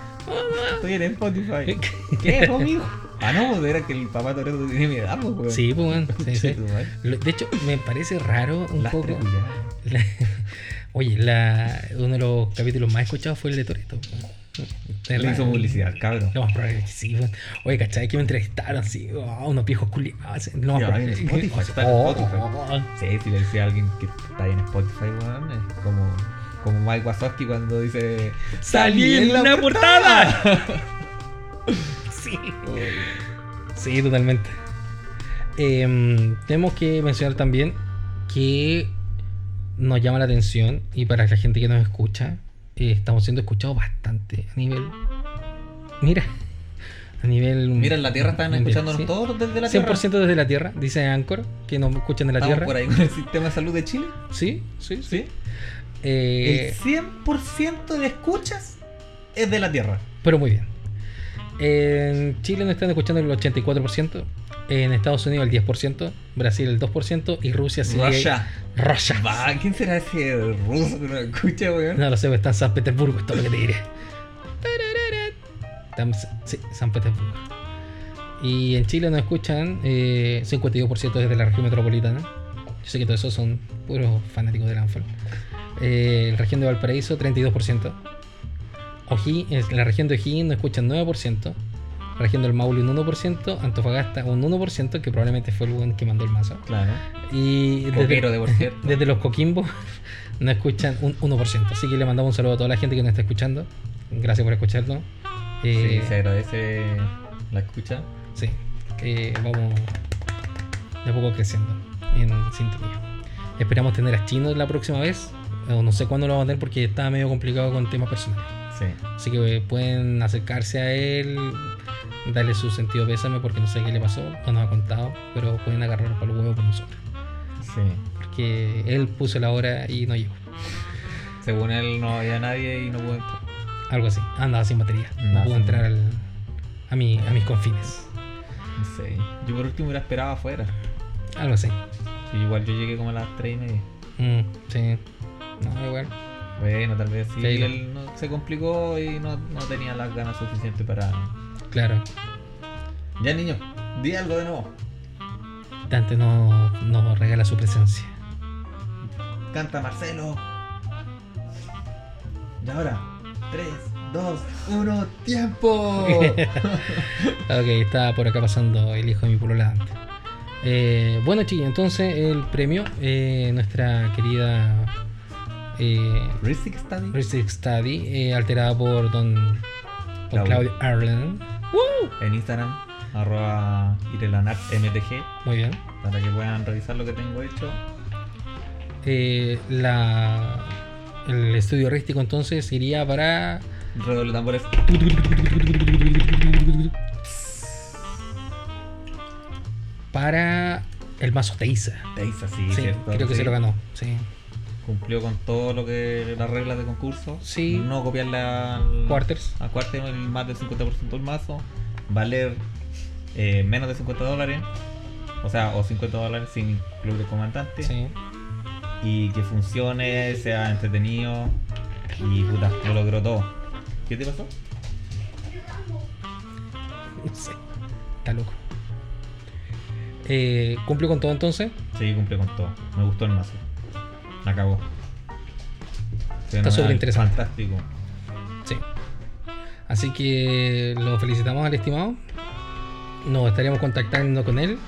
Estoy en Spotify. ¿Qué es, amigo? Ah, no, pues era que el papá Toreto tiene mi edad, pues, weón. Sí, pues, weón, sí, sí. Che, tu madre. Lo- De hecho, me parece raro un Lastre, poco. culiao. Oye, la- uno de los capítulos más escuchados fue el de Toreto. Le hizo publicidad, cabrón. Lo más probable es que sí, weón. Oye, ¿cachai? Que me entrevistaron así, oh, unos viejos culiados. Lo más Ya, probable en es que- oh, Spotify, está en Spotify. Sí, si le decía a alguien que está ahí en Spotify, weón, es como, como Mike Wazowski cuando dice ¡Salí en la, portada! sí. Sí, totalmente. Em, tenemos que mencionar también que nos llama la atención y para la gente que nos escucha, eh, estamos siendo escuchados bastante a nivel. Mira, a nivel. Mira, en la Tierra están mundial, escuchándonos sí. todos desde la Tierra. 100% desde la Tierra, dice Anchor, que nos escuchan de la Estamos Tierra. por ahí con el sistema de salud de Chile. Sí, sí, sí. Sí. Eh, El 100% de escuchas es de la Tierra. Pero muy bien. En Chile nos están escuchando el 84%, en Estados Unidos el 10%, Brasil el 2% y Rusia sigue. Russia. Russia. Va, ¿quién será ese ruso que nos escucha, weón? No lo sé, pero está en San Petersburgo, esto es lo que te diré. Está en Sa- sí, San Petersburgo. Y en Chile nos escuchan eh, 52% desde la región metropolitana. Yo sé que todos esos son puros fanáticos del Anfal. Eh, la región de Valparaíso, 32%. Oji- es- la región de O'Higgins nos escuchan 9%. La región del Maule, un 1%. Antofagasta, un 1%, que probablemente fue el buen que mandó el mazo. Claro. Y desde- Coquero, de por cierto. desde los Coquimbo no escuchan un 1%. Así que le mandamos un saludo a toda la gente que nos está escuchando. Gracias por escucharnos. Sí, Eh, se agradece la escucha. sí. Eh, vamos de a poco creciendo en sintonía. Esperamos tener a Chino la próxima vez. O no sé cuándo lo vamos a tener porque está medio complicado con temas personales. Sí. Así que eh, pueden acercarse a él, darle su sentido pésame porque no sé qué le pasó, no nos ha contado, pero pueden agarrar por el huevo con nosotros. Sí. Porque él puso la hora y no llegó. Según él no había nadie y no pudo entrar. Algo así. Andaba sin batería. No Andaba pudo sin- entrar al- a, mi- a mis confines. No sé. Yo por último la esperaba afuera. Algo así. Y igual yo llegué como a las 3 y media. Mm, sí. No, igual. Bueno, tal vez sí, Sí, no. él no- se complicó y no, no tenía las ganas suficientes para. Claro. Ya, niño, di algo de nuevo. Dante no- nos regala su presencia. Canta Marcelo. Y ahora, 3, 2, 1, tiempo. Ok, estaba por acá pasando el hijo de mi polola Dante. Eh, bueno, chiquillos, entonces el premio, eh, nuestra querida eh, Ristic Study. Research Study, eh, alterada por don por Claudio Claudio. Arlen. En Instagram, arroba irelanartmtg, Muy bien. para que puedan revisar lo que tengo hecho. Eh, la, el estudio rístico entonces iría para. Redoble de tambores. para el mazo Teiza. Teis así, Sí, ¿cierto? creo que Sí. se lo ganó. Sí. Cumplió con todo lo que las reglas de concurso. Sí. No copiar la, al- Quarters. A cuarter el más del 50% del mazo. Valer eh, menos de 50 dólares. O sea, o 50 dólares sin incluir el comandante. Sí. Y que funcione, sea entretenido. Y puta, lo logró todo. ¿Qué te pasó? No sé. Está loco. Eh, ¿Cumplió con todo entonces? Sí, cumplió con todo. Me gustó el mazo. Me acabó. Fenomenal, superinteresante. Fantástico. Sí. Así que lo felicitamos al estimado. Nos estaríamos contactando con él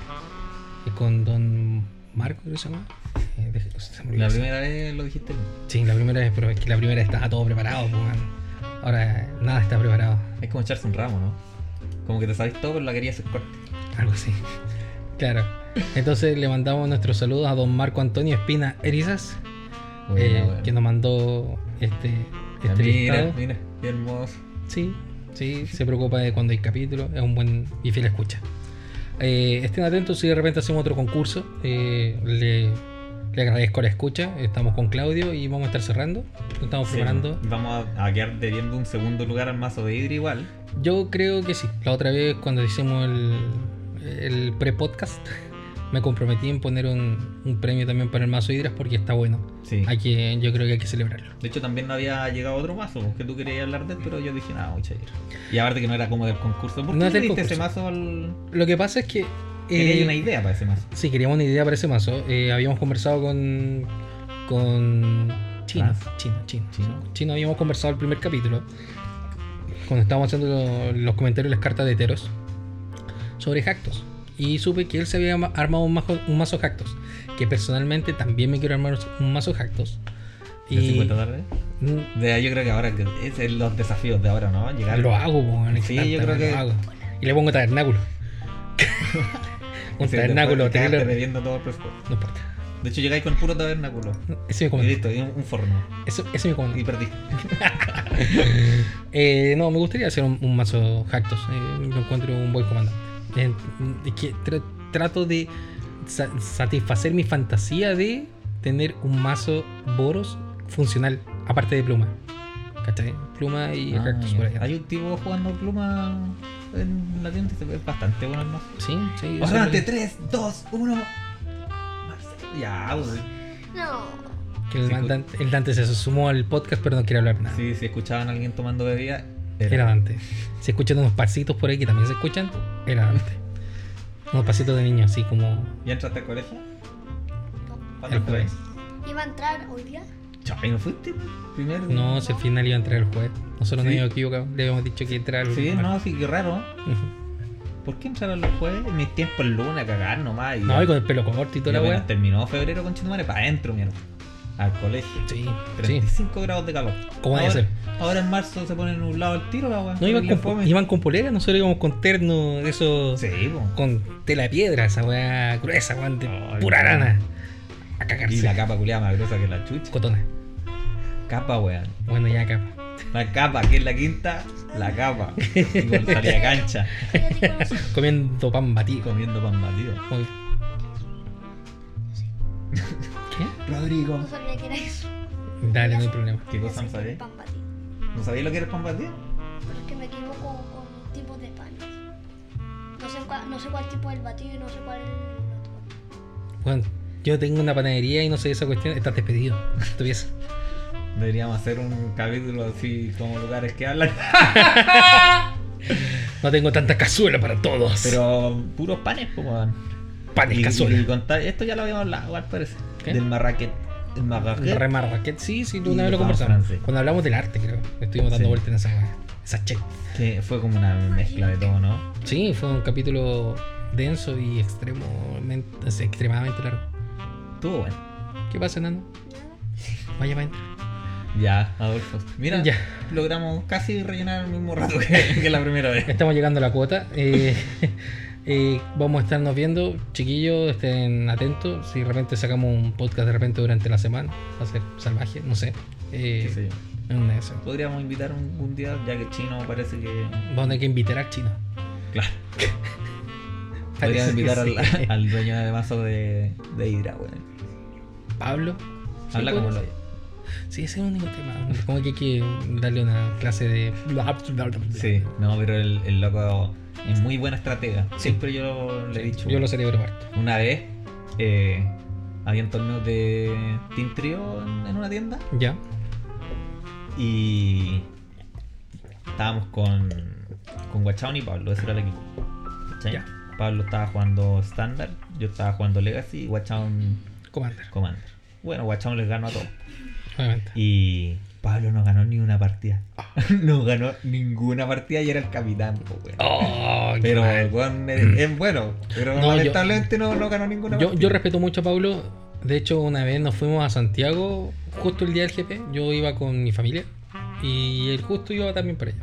y con don Marco, creo que se llama. Eh, deje- se me olvidó La eso. primera vez lo dijiste. Sí, la primera vez, pero es que la primera estaba todo preparado, pues, weón. Ahora eh, nada está preparado, Es como echarse un ramo, ¿no? Como que te sabes todo, pero la querías hacer corte. algo así. Claro. Entonces le mandamos nuestros saludos a don Marco Antonio Espina Erizas, eh, que nos mandó este, Ya, este Mira, listado. mira, qué hermoso. Sí, sí, se preocupa de cuando hay capítulo, es un buen y fiel escucha. Eh, estén atentos si de repente hacemos otro concurso. eh, le, le agradezco la escucha. Estamos con Claudio y vamos a estar cerrando. Nos estamos Sí, preparando. Vamos a, a quedar debiendo un segundo lugar al mazo de Idri igual. Yo creo que sí. La otra vez cuando hicimos el, el pre-podcast, me comprometí en poner un, un premio también para el mazo Hidras porque está bueno. Sí. Hay que, yo creo que hay que celebrarlo. De hecho, también no había llegado otro mazo pues, que tú querías hablar de él, pero yo dije, nada, voy a ir. Y aparte que no era como del concurso. ¿Por qué No no es del diste ese concurso. mazo al.? Lo que pasa es que... Quería eh, una idea para ese mazo. Sí, queríamos una idea para ese mazo. Eh, habíamos conversado con. con. Chino, chino, Ah. chino, Chino. chino. Chino, habíamos conversado el primer capítulo. Cuando estábamos haciendo lo- los comentarios y las cartas de Teros. Sobre Jactos. Y supe que él se había ma- armado un, mazo- un mazo Jactos. Que personalmente también me quiero armar un mazo Jactos. ¿De 50 Y. dólares? Mm, De- yo creo que ahora que es el- los desafíos de ahora, ¿no? Llegar. Lo hago, po, en Sí, esta- yo creo lo que- hago. Y le pongo tabernáculo. un Sí, tabernáculo, después te quedaste terrible. debiendo todo el presupuesto. No importa. De hecho, llegáis con puro tabernáculo. Ese me Y comentario. listo, y un, un forno. Ese, ese me comentario. Y perdiste. Eh, no, me gustaría hacer un, un mazo Jactos. Eh, lo encuentro un buen comandante. Eh, es que tra- trato de sa- satisfacer mi fantasía de tener un mazo Boros funcional, aparte de pluma. ¿Cachai? Pluma y Ah, Jactos ya. por allá. Hay un tipo jugando pluma en la tienda y se ve bastante bueno el mazo. Sí, sí. eso es lo Adelante, que- 3, 2, 1. Ya, güey. No. que el, Sí, man- cu- Dan- el Dante se sumó al podcast, pero no quiere hablar nada. Sí, si escuchaban a alguien tomando bebida, era. Era Dante. Se escuchan unos pasitos por ahí que también se escuchan. Era Dante. unos pasitos de niño, así como. ¿Ya entraste al colegio? ¿Cuándo El fue? jueves. ¿Iba a entrar hoy día? Chai, ¿no fuiste? pues, Primero. No, si al final iba a entrar el juez. Nosotros no Sí. habíamos equivocado. Le habíamos dicho que entrara el Sí, juez. no, sí, qué raro. ¿Por qué entraron los jueves? En mis tiempos el lunes a cagar nomás. Y No, y con el pelo corto y y toda la apenas weá. Terminó febrero con Chetumare para adentro, mierda. Al colegio. Sí, sí. 35 grados de calor. ¿Cómo debe ahora, ser? Ahora en marzo se pone nublado el tiro, la weá. No iban la con, fome. Ah, iban con polera, nosotros íbamos con terno de esos. Sí, po. Con tela de piedra, esa weá gruesa, weón, de Ay, pura weón. lana. A Y cagarse. la capa culiada más gruesa que la chucha. Cotona. Capa, weón. Bueno, ya capa. La capa, que es la quinta, la capa. Y con salida cancha, Fíjate con nosotros. Comiendo pan batido. comiendo pan batido. Muy- ¿Qué? Rodrigo. No sabía que era eso. Dale, no hay problema. ¿Qué cosa Así no que sabés? Pan batido. ¿No sabías lo que era el pan batido? Pero es que me equivoco con tipos de panes. No sé cuál, no sé cuál tipo es el batido y no sé cuál es el otro. Bueno, yo tengo una panadería y no sé esa cuestión. Estás despedido. Estuviese. Deberíamos hacer un capítulo así como lugares que hablan. No tengo tanta cazuela para todos. Pero puros panes, pues, weón. panes Y- cazuela. y contar- esto ya lo habíamos hablado, igual parece. ¿Qué? Del marraquet. El marraquet. Re marraquet, sí, sí, Y una vez lo pan conversamos. francés. Cuando hablamos del arte, creo. Estuvimos dando Sí. vueltas en esa weá. Esa che. que fue como una mezcla de todo, ¿no? Sí, fue un capítulo denso y extremadamente, o sea, extremadamente largo. Estuvo bueno. ¿Qué pasa, Nano? Vaya para adentro. Ya, Adolfo. Mira, Ya. logramos casi rellenar el mismo rato que, que la primera vez. Estamos llegando a la cuota. eh, eh, vamos a estarnos viendo, chiquillos, estén atentos. Si realmente sacamos un podcast de repente durante la semana, va a ser salvaje, no sé. Eh, Qué sé yo. es una de esas. Podríamos invitar un, un día, ya que Chino parece que. Vamos a tener que invitar al chino. Claro. Parece Podríamos que invitar al, sí. al dueño de vaso de, de Hydra, weón. Pablo. Sí, Habla pues. como lo puede- Sí, ese es el único tema. Como que hay que darle una clase de. Sí, no, pero el, el loco es muy buena estratega. Siempre yo le he dicho. Yo lo celebro harto. Una vez eh, había un torneo de Team Trio en, en una tienda Ya. y estábamos con, con Guachón y Pablo, ese era el equipo. ¿cachai? Ya. Pablo estaba jugando Standard, yo estaba jugando Legacy y Guachón Commander, Commander. Bueno, Guachón les ganó a todos. obviamente. Y Pablo no ganó ni una partida. Ah. no ganó ninguna partida y era el capitán, po, weón. Oh, qué Pero mal. el weón es, es bueno, pero No, yo- lamentablemente no, no ganó ninguna Yo, partida. yo respeto mucho a Pablo. De hecho, una vez nos fuimos a Santiago, justo el día del GP. Yo iba con mi familia y él justo iba también para allá.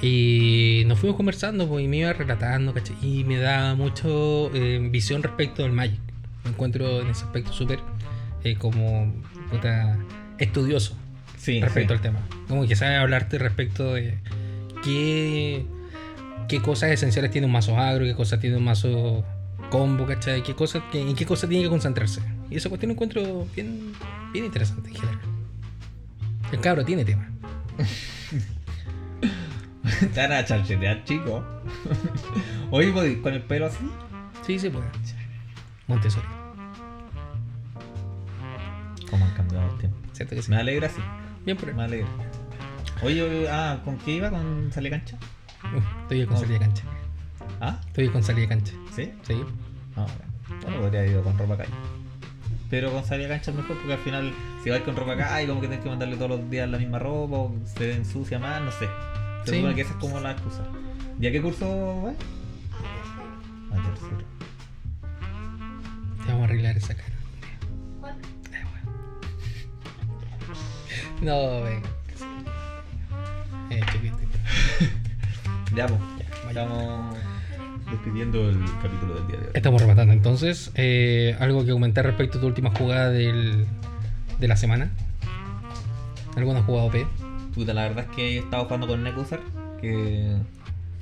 Y nos fuimos conversando pues, y me iba relatando, ¿cachai? Y me da mucho eh, visión respecto al Magic. Me encuentro en ese aspecto súper eh, como puta, estudioso Sí, respecto sí. al tema. Como que sabe hablarte respecto de qué, qué cosas esenciales tiene un mazo agro, qué cosas tiene un mazo combo, ¿cachai? ¿Qué cosas, qué- en qué cosas tiene que concentrarse. Y esa cuestión encuentro bien, bien interesante en general. El cabro tiene tema. Te van a chanchetear, chico. Oye, voy con el pelo así. Sí, se puede. Montessori. Como han cambiado el tiempo. ¿Cierto que sí? Me alegra, sí. Bien por él. Me alegra. Oye, ah, ¿con qué iba? ¿Con sale cancha? Uh, Estoy Oh. con salida de cancha. Ah, Estoy con salida de cancha. ¿sí? Sí. No, Ah, bueno. bueno, podría haber ido con ropa calle. Pero con salir a cancha es mejor porque al final, si vas con ropa calle, como que tienes que mandarle todos los días la misma ropa o se ensucia más, no sé. Se Sí. supone que esa es como la excusa. ¿Y a qué curso vas? Al tercero. Te vamos a arreglar esa cara. ¿Cuál? Ay, bueno. No, venga. Eh, chiquitito. Ya, pues, vaya. estamos despidiendo el capítulo del día de hoy. Estamos rematando entonces. Eh, ¿Algo que comentar respecto a tu última jugada del, de la semana? ¿Alguna jugada OP? Puta, la verdad es que he estado jugando con Nekusar, que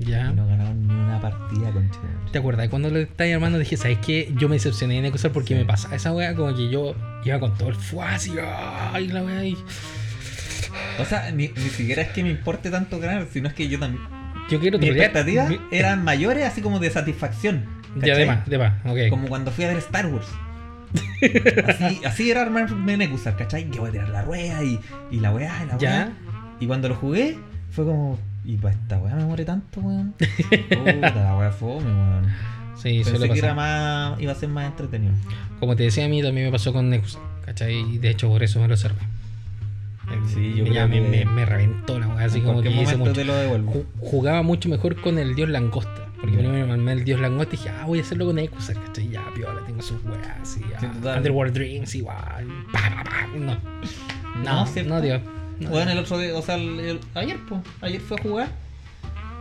Ya. no ganaron ni una partida con ¿Te acuerdas? Cuando lo estáis armando dije, ¿sabes qué? Yo me decepcioné en Ecosar porque Sí. me pasaba esa wea como que yo iba con todo el fuá así. ¡Ay, la wea! Y... O sea, ni, ni siquiera es que me importe tanto ganar, sino es que yo también. Yo quiero Mis trolear. expectativas Mi- eran mayores, así como de satisfacción. Ya, ¿cachai? de más, de más. Ok. Como cuando fui a ver Star Wars. Así, así era armarme Nekusar, ¿cachai? Que voy a tirar la rueda y, y la weá, y la Ya. weá. Y cuando lo jugué, fue como. Y para esta weá me muere tanto, weón. Puta, la weá fome, weón. Sí, Pensé suele que pasar. era más, iba a ser más entretenido. Como te decía a mí, también me pasó con Necusa, ¿cachai? Y de hecho por eso me lo cerré. Sí, yo me, ya creo me, que- me- me reventó la weá, así en como que cualquier hice momento mucho. te lo devuelvo. ju- Jugaba mucho mejor con el dios langosta. Porque Ya. primero me armé el dios langosta y dije, ah, voy a hacerlo con Necusa, ¿cachai? Ya, piola, tengo sus weas, así. Sí, Ah, total. Underworld Dreams, igual. Pa, pa, pa. No, no, no, ¿cierto? dios. No, Bueno, el otro día, o sea, el- el- ayer, pues, ayer fue a jugar.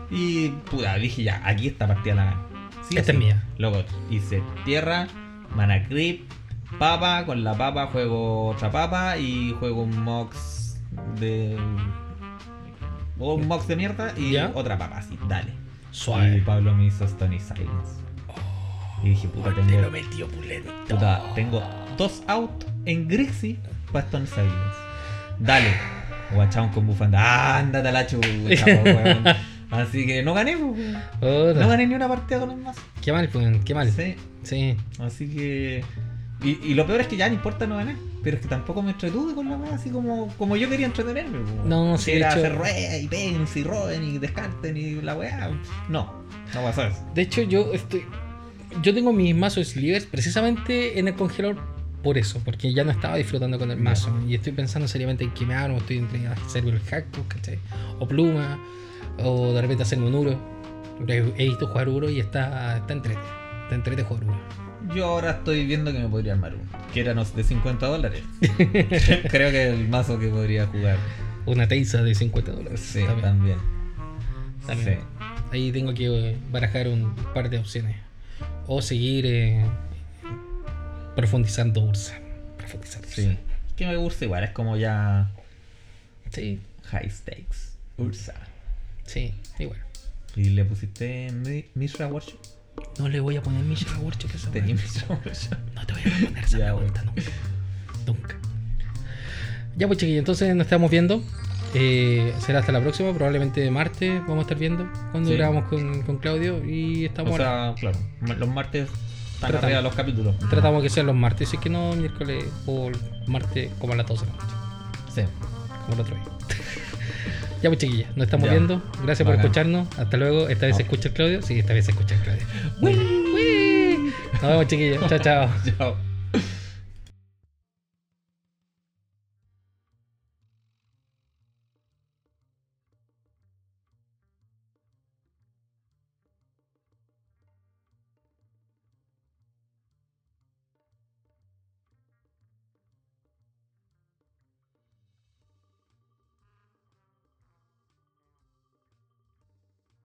Y puta, dije ya, aquí esta partida la gano. Sí, Esta sí. es mía. Loco, hice tierra, mana creep, papa, con la papa juego otra papa y juego un mox de. o Un mox de mierda y ¿Ya? otra papa, así, dale. Y Suave. Pablo me hizo Stony Silence. y dije, puta, Te tengo, lo metió pulento. puta, tengo dos out en pues Grixie para Stony Silence. Dale. Guachón con bufanda. ¡Ah, ándate a la chucha, weón. Así que no gané, pues, weón. Puta, No gané ni una partida con el más. Qué mal, pues, qué mal. Sí. Sí. Así que. Y, y lo peor es que ya no importa no ganar. Pero es que tampoco me entretuve con la weá así como, como yo quería entretenerme. po. No, Que sí, de era hecho- hacer ruedas y peguen y roben y descarten y la weá. No, no va a ser. De hecho, yo estoy. Yo tengo mis mazos slivers precisamente en el congelador por eso, porque ya no estaba disfrutando con el mazo. Y estoy pensando seriamente en quemar, o estoy entre hacer el cactus, ¿cachai? O pluma, o de repente hacer un uro. He he visto jugar uro y está, está entrete. Está entrete jugar uro. Yo ahora estoy viendo que me podría armar uno. Que eran de 50 dólares. Creo que el mazo que podría jugar. Una teiza de 50 dólares. Sí, también. también. También. Ahí tengo que eh, barajar un par de opciones. O seguir eh, profundizando Ursa. Profundizar Ursa. Sí, sí. Es que me gusta igual, es como ya Sí, high stakes. Ursa. sí, igual. ¿Y le pusiste Mi- Mishra Workshop? No le voy a poner mi Shara Workshop esa Tenía weá. Mishra Workshop. No te voy a poner esa Ya, pregunta nunca. Nunca. Ya pues chiquillos, entonces nos estamos viendo. Eh, será hasta la próxima, probablemente martes vamos a estar viendo cuando Sí. grabamos con, con Claudio y estamos O sea, claro, ma- los martes están Tratamos. arriba los capítulos. tratamos que sean los martes, si es que no miércoles o martes como a las 12 de la noche. Sí. como el otro día. ya pues chiquillas, nos estamos Ya. viendo. Gracias por Bacán. escucharnos. Hasta luego. Esta vez se No. escucha el Claudio. Sí, esta vez se escucha el Claudio. Nos vemos chiquillos. Chao, chao. Chao.